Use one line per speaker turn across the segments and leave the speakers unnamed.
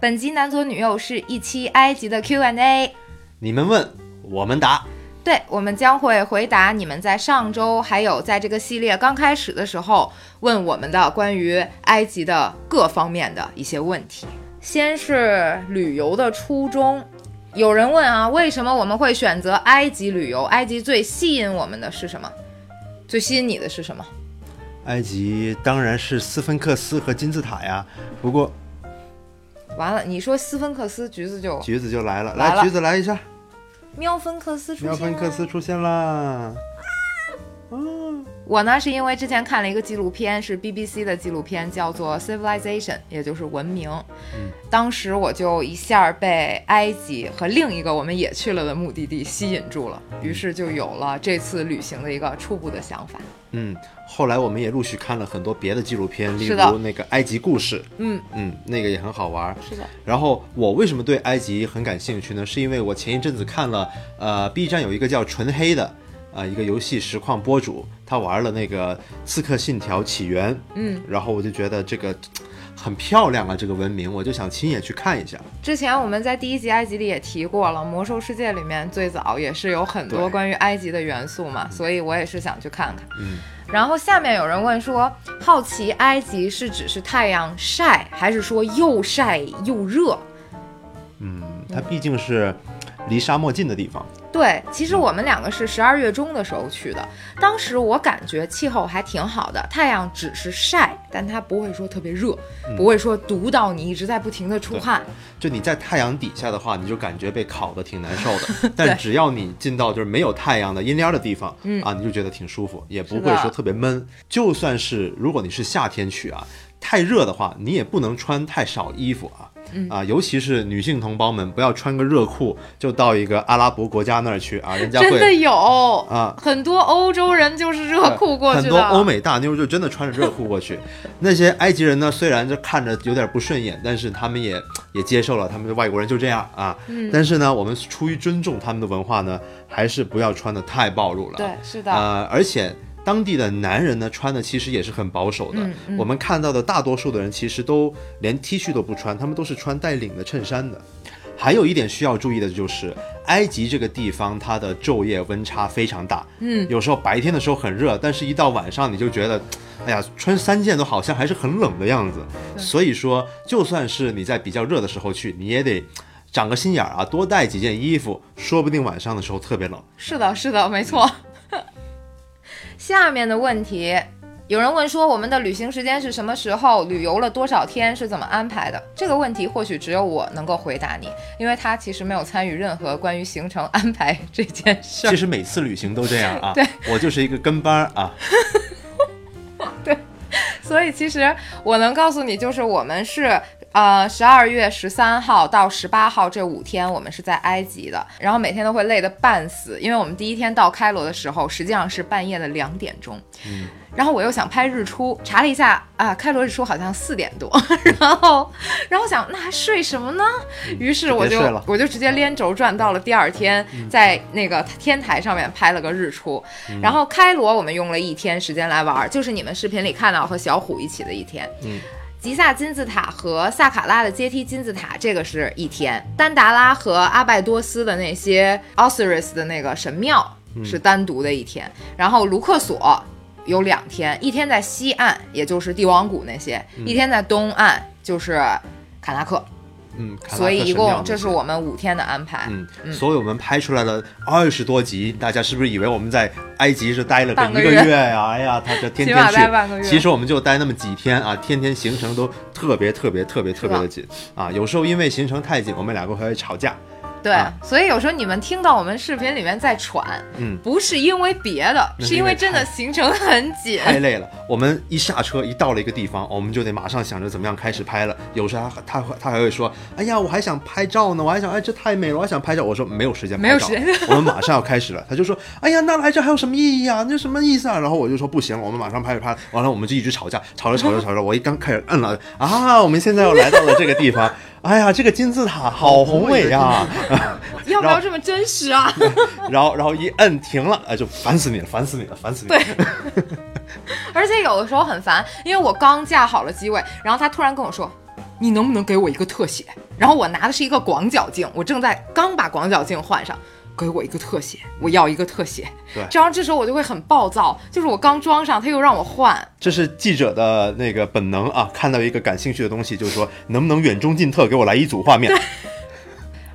本集男左女右是一期埃及的 Q&A，
你们问，我们答。
对我们将会回答你们在上周还有在这个系列刚开始的时候问我们的关于埃及的各方面的一些问题。先是旅游的初衷，有人问啊，为什么我们会选择埃及旅游？埃及最吸引我们的是什么？最吸引你的是什么？
埃及当然是斯芬克斯和金字塔呀，不过
完了，你说斯芬克斯，橘子就
橘子就来了，
来了
来橘子来一下，
喵芬克斯出现
苗
了。
芬克斯出现啦。
我呢是因为之前看了一个纪录片，是 BBC 的纪录片，叫做《Civilization》，也就是文明。当时我就一下被埃及和另一个我们也去了的目的地吸引住了，于是就有了这次旅行的一个初步的想法。
嗯，后来我们也陆续看了很多别的纪录片，例
是的
如那个《埃及故事》，
嗯
嗯，那个也很好玩儿。
是的，
然后我为什么对埃及很感兴趣呢？是因为我前一阵子看了，呃，B 站有一个叫纯黑的，呃，一个游戏实况博主，他玩了那个《刺客信条：起源》，
嗯，
然后我就觉得这个嘖很漂亮啊，这个文明，我就想亲眼去看一下。
之前我们在第一集埃及里也提过了，《魔兽世界》里面最早也是有很多
对
关于埃及的元素嘛，所以我也是想去看看。
嗯，
然后下面有人问说，好奇埃及是指是太阳晒，还是说又晒又热？
嗯它毕竟是嘖离沙漠近的地方，
对，其实我们两个是十二月中的时候去的，当时我感觉气候还挺好的，太阳只是晒，但它不会说特别热，不会说毒到你一直在不停的出汗。
就你在太阳底下的话，你就感觉被烤的挺难受 的。但只要你进到就是没有太阳的阴凉的地方，
嗯
啊，你就觉得挺舒服，也不
是
会
的
说特别闷。就算是如果你是夏天去啊，太热的话，你也不能穿太少衣服啊。
嗯
啊，尤其是女性同胞们，不要穿个热裤就到一个阿拉伯国家那儿去啊，人家
真的
会
有
啊
很多欧洲人就是热裤过
很
去
多
的。
欧美大妞就真的穿着热裤过去。 那些埃及人呢，虽然就看着有点不顺眼，但是他们也也接受了，他们的外国人就这样啊。
嗯
但是呢，我们出于尊重他们的文化呢，还是不要穿的太暴露了。
对，是的，
呃，而且当地的男人呢，穿的其实也是很保守的。
嗯嗯
我们看到的大多数的人其实都连 T 恤都不穿，他们都是穿带领的衬衫的。还有一点需要注意的就是，埃及这个地方它的昼夜温差非常大。
嗯，
有时候白天的时候很热，但是一到晚上你就觉得，哎呀，穿三件都好像还是很冷的样子。所以说，就算是你在比较热的时候去，你也得长个心眼儿啊，多带几件衣服，说不定晚上的时候特别冷。
是的，是的，没错。 下面的问题，有人问说我们的旅行时间是什么时候，旅游了多少天，是怎么安排的？这个问题或许只有我能够回答你，因为他其实没有参与任何关于行程安排这件事儿
其。实每次旅行都这样啊
对，
我就是一个跟班儿啊，
所以其实我能告诉你，就是我们是呃十二月十三号到十八号这五天，我们是在埃及的，然后每天都会累得半死，因为我们第一天到开罗的时候，实际上是半夜的两点钟。然后我又想拍日出，查了一下啊，开罗日出好像四点多， 然后，然后想那还睡什么呢？于是我
嗯就
就
别睡了嗯
我就直接连轴转到了第二天，在那个天台上面拍了个日出。然后开罗我们用了一天时间来玩儿，就是你们视频里看到和小虎一起的一天。
嗯。
吉萨金字塔和萨卡拉的阶梯金字塔，这个是一天；丹达拉和阿拜多斯的那些 Osiris 的那个神庙
嗯
是单独的一天，然后卢克索有两天，一天在西岸，也就是帝王谷那些；一天在东岸，就是卡纳克。
嗯，卡拉
所以
克
一
神庙
共
那
这
些
是我们五天的安排，
嗯，所以我们拍出来了二十多集，大家是不是以为我们在埃及是待了个
半
一
个
个
月
月呀、哎呀，他这天
起
天
码
去
待半个月，
其实我们就待那么几天啊，天天行程都特别特别特别特别的紧啊。有时候因为行程太紧，我们两个还会吵架。
对
啊，
所以有时候你们听到我们视频里面在喘，
嗯，
不是因为别的，
那
是
是因
因
为
为真的
太
行程 很紧，
太累了。我们一下车，一到了一个地方，我们就得马上想着怎么样开始拍了。有时候他他他还会说：“哎呀，我还想拍照呢，我还想哎这太美了，我还想拍照。”我说没有时间
没
拍
有
照，
时间
我们马上要开始了。他就说：“哎呀，那来这还有什么意义啊？那什么意思啊？”然后我就说：“不行了，我们马上拍着拍。”完了，我们就一直吵架，吵着吵着吵着，我一刚开始摁了啊，我们现在又来到了这个地方。哎呀，这个金字塔好宏伟呀、
要不要这么真实啊？
嗯然后，然后一摁停了，哎，就烦死你了，烦死你了，烦死你了。
而且有的时候很烦，因为我刚架好了机位，然后他突然跟我说：“你能不能给我一个特写？然后我拿的是一个广角镜，我正在刚把广角镜换上，给我一个特写，我要一个特写。
对
这样这时候我就会很暴躁，就是我刚装上，他又让我换，
这是记者的那个本能啊，看到一个感兴趣的东西，就是说能不能远中近特给我来一组画面？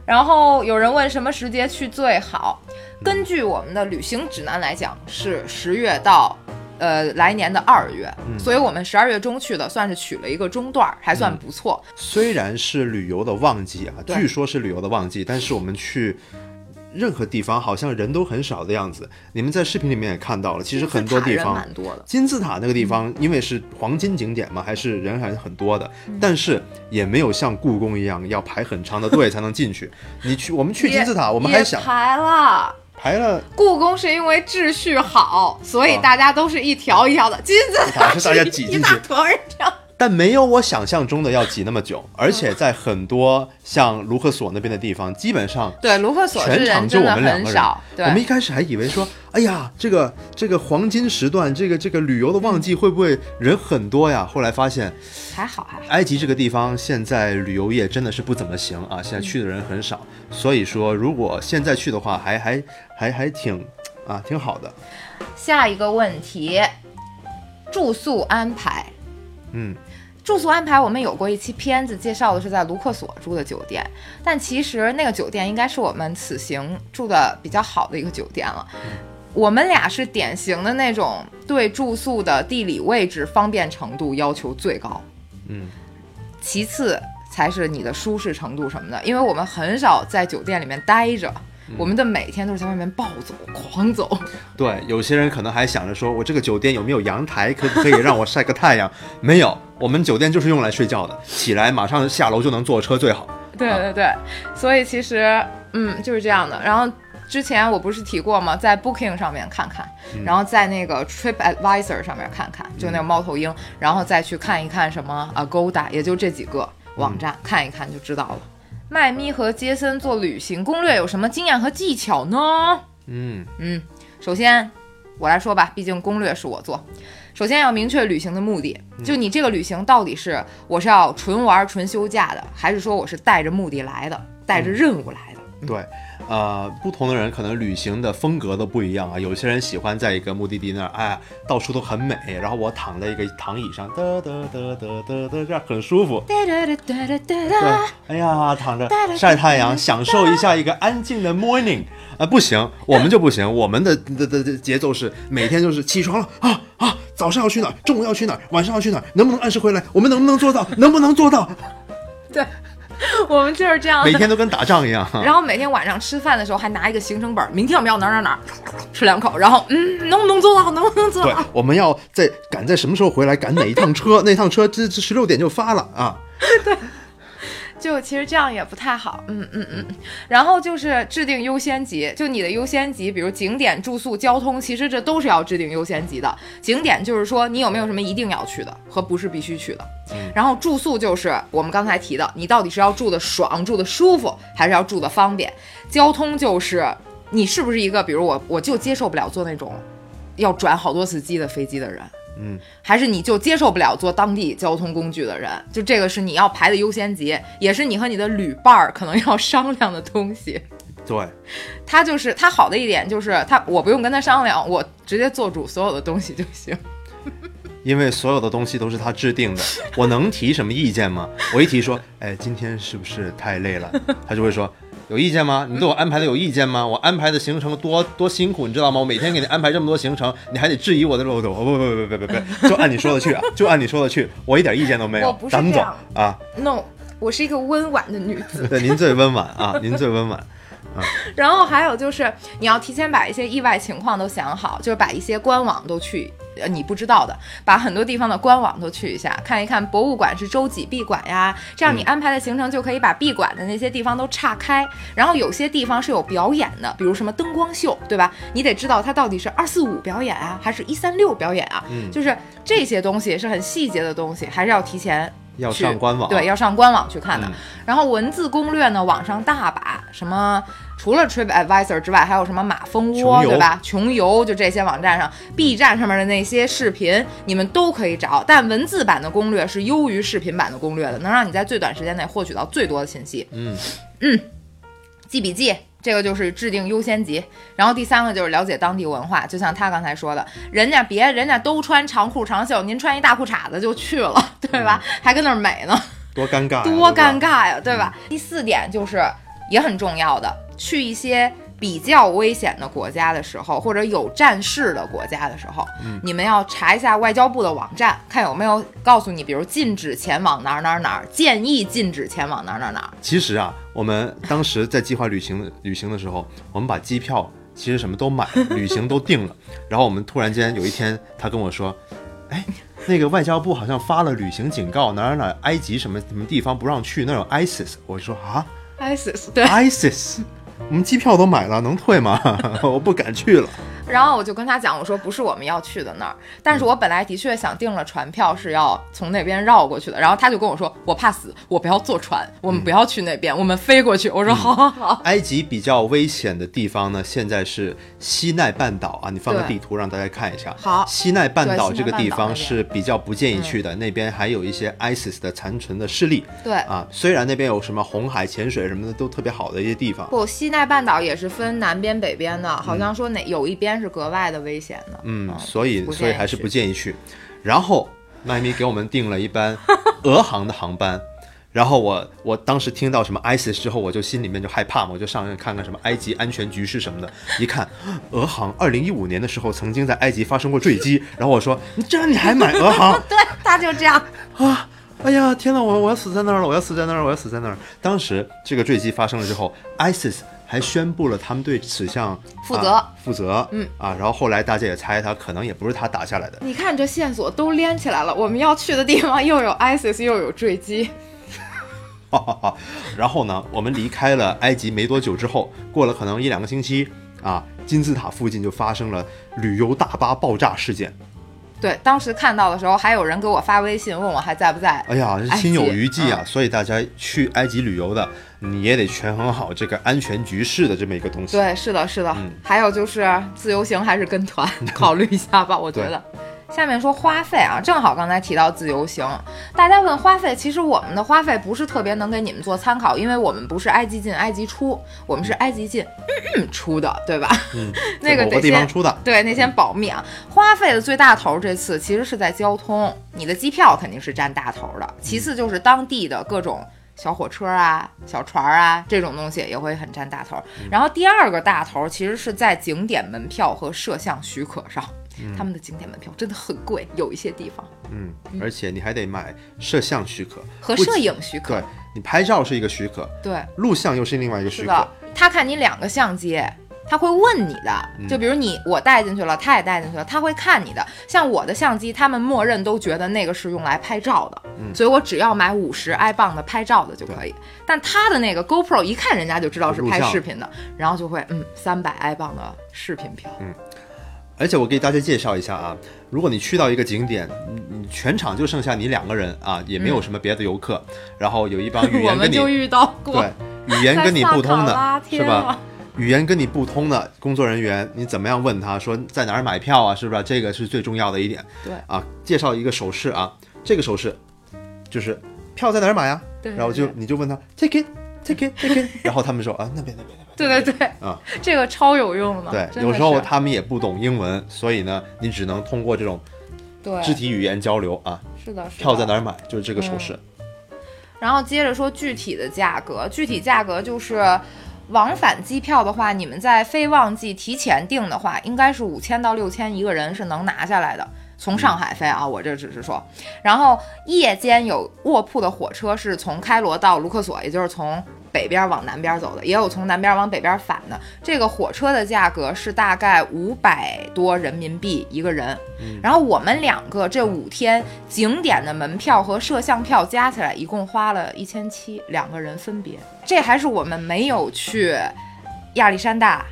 然后有人问什么时节去最好？根据我们的旅行指南来讲，是十月到，呃，来年的二月，
嗯
所以我们十二月中去的，算是取了一个中段儿，还算不错。
虽然是旅游的旺季啊，
对
据说是旅游的旺季，但是我们去任何地方好像人都很少的样子。你们在视频里面也看到了，其实很多地
人嗯
方
蛮多的，
金字塔那个地方，因为是黄金景点嘛，还是人还是很多的，
嗯
但是也没有像故宫一样要排很长的队才能进去。你去，我们去金字塔，
也
我们还
也
想
排了。
排了
故宫是因为秩序好，所以
啊
大家都是一条一条的。金字塔
是大家挤进去
一大坨人这样。
但没有我想象中的要挤那么久，而且在很多像卢克索那边的地方，基本上
对，卢克索是
全场
人
就
真
我
的
们两
很
个人
少。。对
我，们一开始还以为说，哎呀，这个这个黄金时段，这个这个旅游的旺季会不会人很多呀？后来发现，
还好还好。
埃及这个地方现在旅游业真的是不怎么行啊，现在去的人很少，所以说如果现在去的话，还还还还挺啊挺好的。
下一个问题，住宿安排。
嗯，
住宿安排，我们有过一期片子介绍的是在卢克索住的酒店，但其实那个酒店应该是我们此行住的比较好的一个酒店了。我们俩是典型的那种对住宿的地理位置方便程度要求最高，
嗯，
其次才是你的舒适程度什么的，因为我们很少在酒店里面待着，我们的每天都是在外面暴走、狂走。
对，有些人可能还想着说，我这个酒店有没有阳台，可不可以让我晒个太阳？ 没有，我们酒店就是用来睡觉的，起来马上下楼就能坐车最好。
对对对，所以其实嗯就是这样的。然后之前我不是提过吗？在 Booking 上面看看，然后在那个 Trip Advisor 上面看看，就那个猫头鹰，然后再去看一看什么 Agoda，也就这几个网站、看一看就知道了。麦咪和杰森做旅行攻略有什么经验和技巧呢？
嗯，
嗯，首先我来说吧，毕竟攻略是我做。首先要明确旅行的目的，
嗯
就你这个旅行到底是我是要纯玩纯休假的，还是说我是带着目的来的，带着任务来的？
对，呃，不同的人可能旅行的风格都不一样啊。有些人喜欢在一个目的地那儿，哎，到处都很美，然后我躺在一个躺椅上，嘚嘚嘚嘚嘚嘚，这样很舒服。
哒哒哒哒哒哒
对
哒。，
哎呀，躺着晒太阳，享受一下一个安静的 morning。啊，不行，我们就不行，我们的的的的节奏是每天就是起床了啊啊，早上要去哪儿，中午要去哪儿，晚上要去哪儿，能不能按时回来？我们能不能 做到？能不能做到？
哦对，我们就是这样
每
的。
天都跟打仗一样。啊哈
然后每天晚上吃饭的时候还拿一个行程本儿，明天我们要哪儿哪儿哪儿，吃两口，然后嗯，能不能做到？能不能做
对
到？，
我们要在赶在什么时候回来，赶哪一趟车，那趟车这这十六点就发了啊。
就其实这样也不太好，嗯嗯嗯。然后就是制定优先级，就你的优先级，比如景点、住宿、交通，其实这都是要制定优先级的。景点就是说你有没有什么一定要去的和不是必须去的，然后住宿就是我们刚才提的，你到底是要住的爽、住的舒服，还是要住的方便？交通就是你是不是一个，比如我我就接受不了坐那种要转好多次机的飞机的人。
嗯，
还是你就接受不了坐当地交通工具的人，就这个是你要排的优先级，也是你和你的旅伴儿可能要商量的东西。
对，
他就是他好的一点就是他，我不用跟他商量，我直接做主所有的东西就行。
因为所有的东西都是他 制定的，我能提什么意见吗？我一提说，哎，今天是不是太累了？ 他就会说，有意见吗？你对我安排的有意见吗？我安排的行程多多辛苦，你知道吗？我每天给你安排这么多行程，你还得质疑我的漏洞？不不不不不不不，就按你说的去啊， 就按你说的去，我一点意见都没
我
有
不。是
咱们
这
走
样
啊，
No，我是一个温婉的女子。
对，您最温婉啊，您最温婉。
然后还有就是你要提前把一些意外情况都想好，就是把一些官网都去。呃，你不知道的，把很多地方的官网都去一下，看一看博物馆是周几闭馆呀，这
嗯
样你安排的行程就可以把闭馆的那些地方都岔开。然后有些地方是有表演的，比如什么灯光秀，对吧？你得知道它到底是二四五表演啊，还是一三六表演啊？
嗯
就是这些东西是很细节的东西，还是要提前
要
去
上官网
对，要上官网去看的。
嗯
然后文字攻略呢，网上大把，什么除了 Trip Advisor 之外，还有什么马蜂窝
穷，游嗯
对吧？穷游就这些网站上，B 站上面的那些视频，你们都可以找。但文字版的攻略是优于视频版的攻略的，能让你在最短时间内获取到最多的信息。
嗯
嗯，记笔记。这个就是制定优先级，然后第三个就是了解当地文化，就像他刚才说的，人家别人家都穿长裤长袖，您穿一大裤衩子就去了，对吧？
嗯
还跟那儿美呢。
多尴尬、啊，
多
对吧
尴尬呀，对吧？第四点就是也很重要的，去一些比较危险的国家的时候，或者有战事的国家的时候，你们要查一下外交部的网站，看有没有告诉你，比如禁止前往哪儿哪儿哪儿，建议禁止前往哪儿哪儿哪儿。
其实啊，我们当时在计划旅行旅行的时候，我们把机票其实什么都买了，旅行都定了。然后我们突然间有一天，他跟我说：“哎，那个外交部好像发了旅行警告，哪儿哪儿哪儿埃及什么什么地方不让去，那有 ISIS。”我说：“啊
ISIS 对，
，ISIS，我们机票都买了，能退吗？ 我不敢去 了。
然后我就跟他讲，我说不是我们要去的那儿，但是我本来的确想订了船票是要从那边绕过去的，然后他就跟我说，我怕死，我不要坐船，我们不要去那边，我们飞过去。我说好好好，”
埃及比较危险的地方呢，现在是西奈半岛啊，你放个
对
地图让大家看一下。
好
西奈半岛
对
这个地方
西
是比较不建议去的，那边还有一些 ISIS 的残存的势力。
对
啊，虽然那边有什么红海潜水什么的都特别好的一些地方，
不，西奈半岛也是分南边、北边的，好像说哪有一边是格外的危险的。
嗯，所以
啊不建议
所以还是
去
不建议去。然后麦咪给我们订了一 班俄航的航班。然后我我当时听到什么 ISIS 之后，我就心里面就害怕嘛，我就上去看看什么埃及安全局势什么的。一看，俄航二零一五年的时候曾经在埃及发生过坠机，然后我说你这你还买俄航？
对，他就这样。
啊！哎呀，天哪，我我要死在那儿了，我要死在那儿了，我要死在那儿！当时这个坠机发生了之后，ISIS 还宣布了他们对此项
负责
啊负责，嗯啊，然后后来大家也猜他可能也不是他打下来的，
你看这线索都连起来了，我们要去的地方又有 ISIS 又有坠机，
哈哈哈。然后呢，我们离开了埃及没多久之后，过了可能一两个星期啊，金字塔附近就发生了旅游大巴爆炸事件。
对，当时看到的时候，还有人给我发微信问我还在不在。
哎呀，这
埃
心有
及嗯
余悸啊！所以大家去埃及旅游的，你也得权衡好这个安全局势的这么一个东西。嗯
对，是的，是的。还有就是自由行还是跟 团，考虑一下吧，我觉
对
得。下面说花费啊，正好刚才提到自由行，大家问花费，其实我们的花费不是特别能给你们做参考，因为我们不是埃及进埃及出，我们是埃及进、嗯嗯、出的，对吧？
嗯，
那个
在某
得
个地方
先
出的。
对，那先保密啊。花费的最大头这次其实是在交通，你的机票肯定是占大头的，其次就是当地的各种。小火车啊，小船啊，这种东西也会很占大头。然后第二个大头其实是在景点门票和摄像许可上，他们的景点门票真的很贵，有一些地方
嗯，而且你还得买摄像许可
和
不
摄
仅
影许可
对。你拍照是一个许可，
对，
录像又是另外一个
是
许可
的。，他看你两个相机，他会问你的。
嗯
就比如你我带进去了，他也带进去了，他会看你的。像我的相机，他们默认都觉得那个是用来拍照的，
嗯
所以我只要买五十 i 磅的拍照的就可以。但他的那个 GoPro 一看人家就知道是
录
拍
像
视频的，然后就会嗯三百 i 磅的视频票。
而且我给大家介绍一下啊，如果你去到一个景点，你你全场就剩下你两个人啊，也没有什么别的游客，然后有一帮啊语
嗯 我
言
们
跟你
就遇到过，
对语言跟你不通
在萨卡拉
的是
天啊
吧？语言跟你不通的工作人员，你怎么样问他说在哪儿买票啊？是不是？这个是最重要的一点。
对
啊，介绍一个手势啊，这个手势就是票在哪儿买呀？
对
然后就
对
你就问他 take it take it take it，然后他们说啊那边那 边那
对对对，
啊
这个超有用的。
边。对，
真的
有时候
是
他们也不懂英文，所以呢，你只能通过这种
对
肢体语言交流啊。
是的，是的
票在哪儿买？就是这个手势。
然后接着说具体的价格，具体价格就是。往返机票的话，你们在非旺季提前订的话，应该是五千到六千一个人是能拿下来的。从上海飞啊，我这只是说。然后夜间有卧铺的火车是从开罗到卢克索，也就是从北边往南边走的，也有从南边往北边返的。这个火车的价格是大概五百多人民币一个人。然后我们两个这五天景点的门票和摄像票加起来一共花了一千七，两个人分别。这还是我们没有去亚历山大、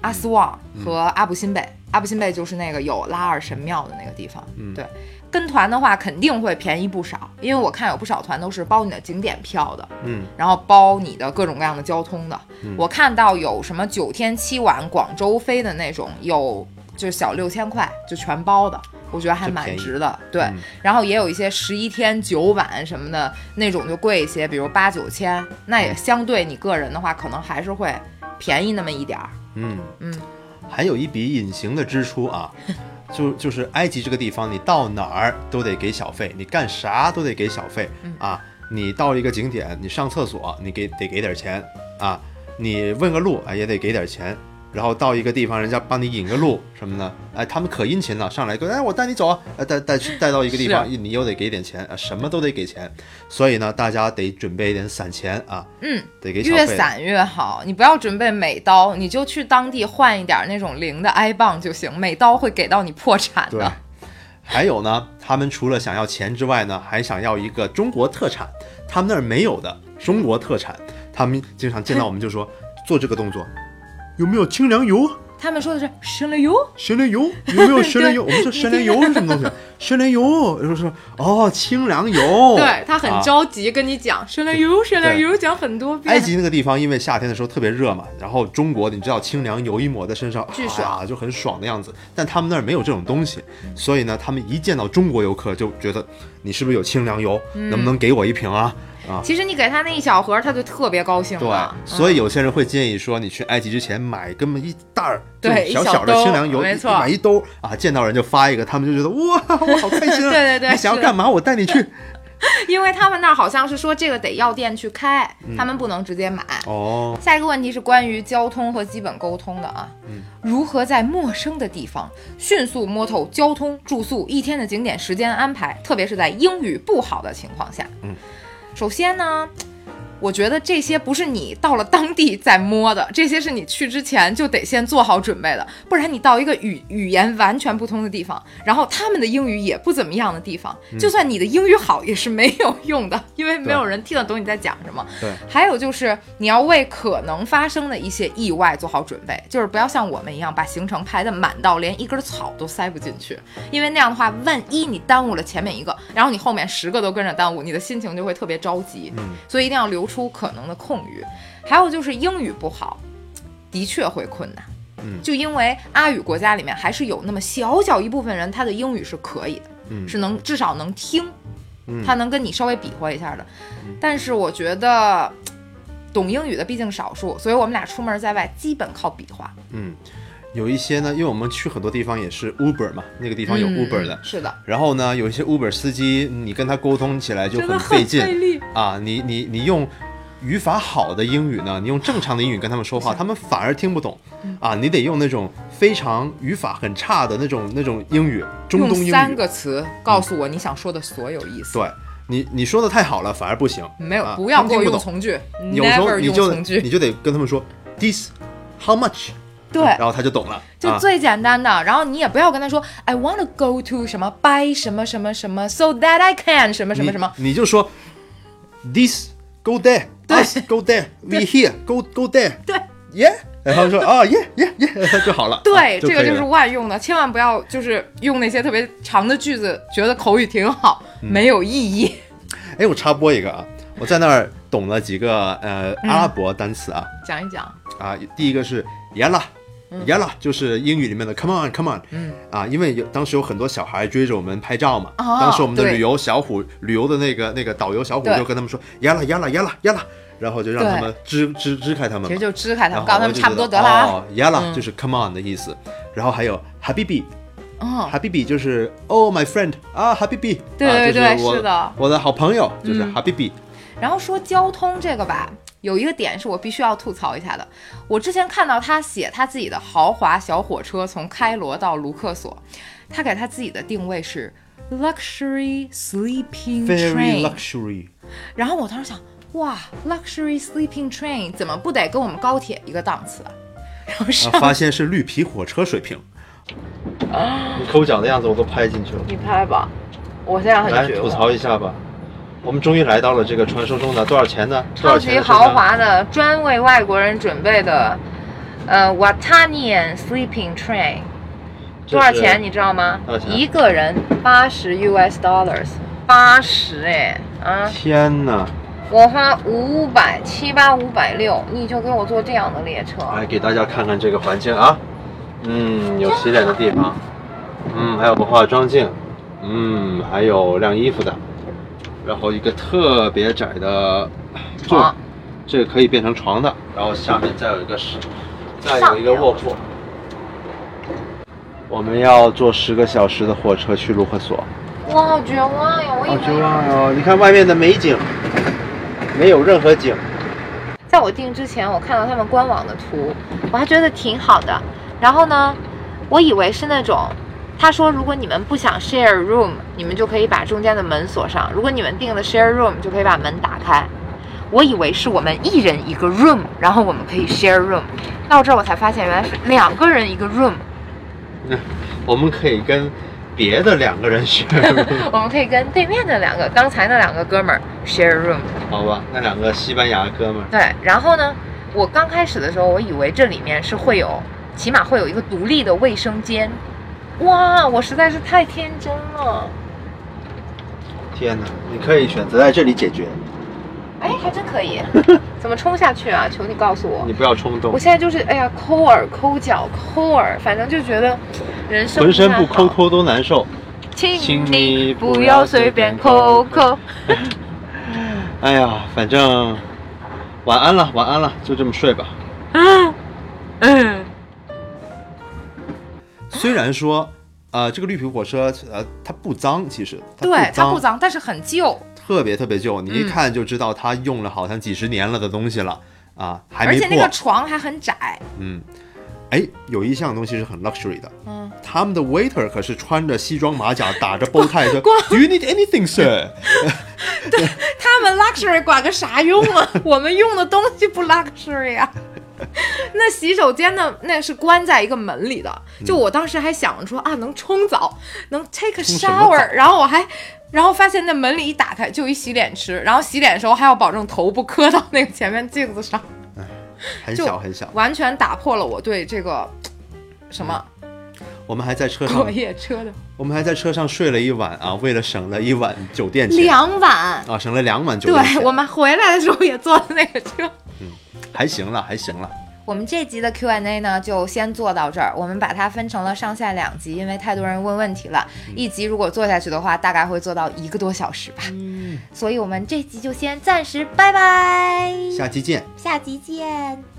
阿斯旺和阿布辛贝。阿布辛贝就是那个有拉尔神庙的那个地方，对。跟团的话肯定会便宜不少，因为我看有不少团都是包你的景点票的，
嗯，
然后包你的各种各样的交通的。我看到有什么九天七晚广州飞的那种，有就是小六千块就全包的，我觉得还
这
蛮
便宜
值的。对，
嗯
然后也有一些十一天九晚什么的那种就贵一些，比如八九千，那也相对你个人的话，可能还是会便宜那么一点儿。
嗯
嗯，
还有一笔隐形的支出啊， 就就是埃及这个地方，你到哪儿都得给小费，你干啥都得给小费
嗯
啊。你到一个景点，你上厕所，你给得给点钱啊。你问个路啊，也得给点钱。然后到一个地方，人家帮你引个路什么的，哎，他们可殷勤了，上来跟哎，我带你走啊，哎带带去带到一个地方，你又得给点钱啊，什么都得给钱。所以呢，大家得准备一点散钱啊，
嗯，
得给小费。
越散越好，你不要准备美刀，你就去当地换一点那种零的 i 棒就行，美刀会给到你破产
对
的。，
还有呢，他们除了想要钱之外呢，还想要一个中国特产，他们那儿没有的中国特产。他们经常见到我们就说做这个动作，有没有清凉油？
他们说的是神了油，
神莲油有没有 神莲油？我们说神莲油是什么东西？神莲油，然后说哦，清凉油。
对他很
啊
着急跟你讲神了油，神了油讲很多遍。
埃及那个地方，因为夏天的时候特别热嘛，然后中国你知道清凉油一抹在身上，
巨爽
啊，就很爽的样子。但他们那儿没有这种东西，所以呢，他们一见到中国游客就觉得你是不是有清凉油，
嗯
能不能给我一瓶啊？啊，
其实你给他那一小盒，他就特别高兴
对
了。，
所
以、
以有些人会建议说，你去埃及之前买根本一袋儿，
对
这种
一
小
小
小的
兜
清凉油，
没
一
错
买一兜啊，见到人就发一个，他们就觉得哇，我好开心啊！
对对对
你想要
是
干嘛？我带你 去。
因为他们那儿好像是说这个得药店去开，他们不能直接买。
哦，
下一个问题是关于交通和基本沟通的啊，如何在陌生的地方迅速摸透交通、住宿、一天的景点时间安排，特别是在英语不好的情况下。
嗯，
首先呢，我觉得这些不是你到了当地再摸的，这些是你去之前就得先做好准备的，不然你到一个语语言完全不通的地方，然后他们的英语也不怎么样的地方，就算你的英语好也是没有用的，因为没有人听得懂你在讲什么。
对，
还有就是你要为可能发生的一些意外做好准备，就是不要像我们一样把行程排得满到连一根草都塞不进去，因为那样的话，万一你耽误了前面一个，然后你后面十个都跟着耽误，你的心情就会特别着急。
嗯，
所以一定要留出可能的空余。还有就是英语不好，的确会困难。
嗯
就因为阿语国家里面还是有那么小小一部分人，他的英语是可以的，
嗯
是能至少能听，
嗯
他能跟你稍微比划一下的。但是我觉得懂英语的毕竟少数，所以我们俩出门在外基本靠比划。
嗯，有一些呢，因为我们去很多地方也是 Uber 嘛，那个地方有
嗯
Uber 的。
是的，
然后呢，有一些 Uber 司机，你跟他沟通起来就
真的
费劲
力。
啊！你你你用语法好的英语呢，你用正常的英语跟他们说话，他们反而听不懂
嗯
啊！你得用那种非常语法很差的那种那种英语，中东
用
英
三
语。
个词告诉我你想说的所有意思。
对，你你说的太好了，反而不行。
没有
啊，
不要给
他
我
们听
用
不懂。
从句
有时候
，never
你
用
就
从句。
你就得跟他们说 this how much，
对
然后他就懂了。
就
啊
最简单的，然后你也不要跟他说 I want to go to 什么 by 什么什么什么，so that I can 什么什么什么。
你，你就说 this go there，
对
us go there，we here go go there，
对
，yeah，然后说啊 yeah yeah yeah 就好了，
对，
啊
这个
可以
就是
了
万用的，千万不要就是用那些特别长的句子，觉得口语挺好，
嗯
没有意义。
哎，我插播一个啊，我在那儿懂了几个呃
嗯
阿拉伯单词啊
讲一讲，
啊，第一个是 yalla。Yalla 就是英语里面的 Come on, Come on，
嗯
啊，因为有当时有很多小孩追着我们拍照嘛，
哦
当时我们的
对
旅游小虎旅游的那个那个导游小虎
对
就跟他们说 Yalla, Yalla, Yalla, Yalla，然后就让他
对
们支支支开他们嘛
其实。就支开他
然
们，
后
告诉他
我
们
就
差不多
觉
得了啊。
哦，Yalla
嗯
就是 come on 的意思，然后还有 Habibi，Habibi
嗯，
就是 Oh my friend 啊，Habibi，
对
啊
对
就是
对
我
是的嗯
我的好朋友就是 Habibi，
然后说交通这个吧，有一个点是我必须要吐槽一下的。我之前看到他写他自己的豪华小火车从开罗到卢克索，他给他自己的定位是 luxury sleeping
very
train。
luxury，
然后我当时想，哇，luxury sleeping train 怎么不得跟我们高铁一个档次啊？然后上
然后啊发现是绿皮火车水平。你抠脚的样子我都拍进去了，
你拍吧，我现在
来吐槽一下吧。我们终于来到了这个传说中的多少钱呢？多
超
少钱
级
的车
豪
厢？
华的，专为外国人准备的，呃，Watanian Sleeping Train。多少钱你知道吗
多少？钱啊
一个人八十 US dollars，八十哎啊！
天哪！
我花五百七八五百六，你就给我坐这样的列车，啊
来给大家看看这个环境啊，嗯，有洗脸的地方，嗯，还有化妆镜，嗯，还有晾衣服的，然后一个特别窄的
床，
这个可以变成床的，然后下面再有一个是，再有一个卧铺。我们要坐十个小时的火车去卢克索，
我好绝望呀！我以
好绝
为
望啊哟！你看外面的美景，没有任何景，
在我订之前，我看到他们官网的图，我还觉得挺好的。然后呢，我以为是那种，他说如果你们不想 share room，你们就可以把中间的门锁上；如果你们订的 share room，就可以把门打开。我以为是我们一人一个 room，然后我们可以 share room。到这儿我才发现，原来是两个人一个 room，
我们可以跟别的两个人学。
我们可以跟对面的两个刚才那两个哥们儿 share room。
好吧，那两个西班牙哥们儿，
对，然后呢，我刚开始的时候，我以为这里面是会有，起码会有一个独立的卫生间。哇，我实在是太天真了。
天哪，你可以选择在这里解决，
哎，还真可 以。怎么冲下去啊？求你告诉我
你。不要冲动
我，现在就是哎呀，抠耳、抠脚、抠耳，反正就觉得人生
浑身
太
不抠
好，
抠都难受。
请
请
你
你
不
不
要
要
随
随
便
便
抠
抠
抠。
哎呀，反正晚安了，晚安了，就这么睡吧。
嗯，
虽然说，呃，这个绿皮火车，呃，它不脏，其实
对，它不，脏，但是很旧，
特别特别旧，你一看就知道它用了好像几十年了的东西了啊，还
而
没
且那个
破。
床还很窄。
嗯，哎，有一项东西是很 luxury 的，
嗯，
他们的 waiter 可是穿着西装马甲，打着 bow tie 说，Do you need anything, sir？
他们 luxury 管个啥用 啊？我们用的东西不 luxury 啊。那洗手间呢？那是关在一个门里的。就我当时还想说啊，能冲澡，能 take a
嗯冲什么
shower，然后我还，然后发现那门里一打开就一洗脸池，然后洗脸的时候还要保证头不磕到那个前面镜子上，
很
就
小很小。
完全打破了我对这个什么
嗯我们还在车上
过夜车的
我们还在车上睡了一晚啊，为了省了一晚酒店钱
两晚。
啊，省了两晚酒
对
店钱，
我们回来的时候也坐的那个车。
还行了，还行了。
我们这集的 Q&A 呢，就先做到这儿。我们把它分成了上下两集，因为太多人问问题了。一集如果做下去的话，大概会做到一个多小时吧。所以我们这集就先暂时拜拜，
下期见。
下集见。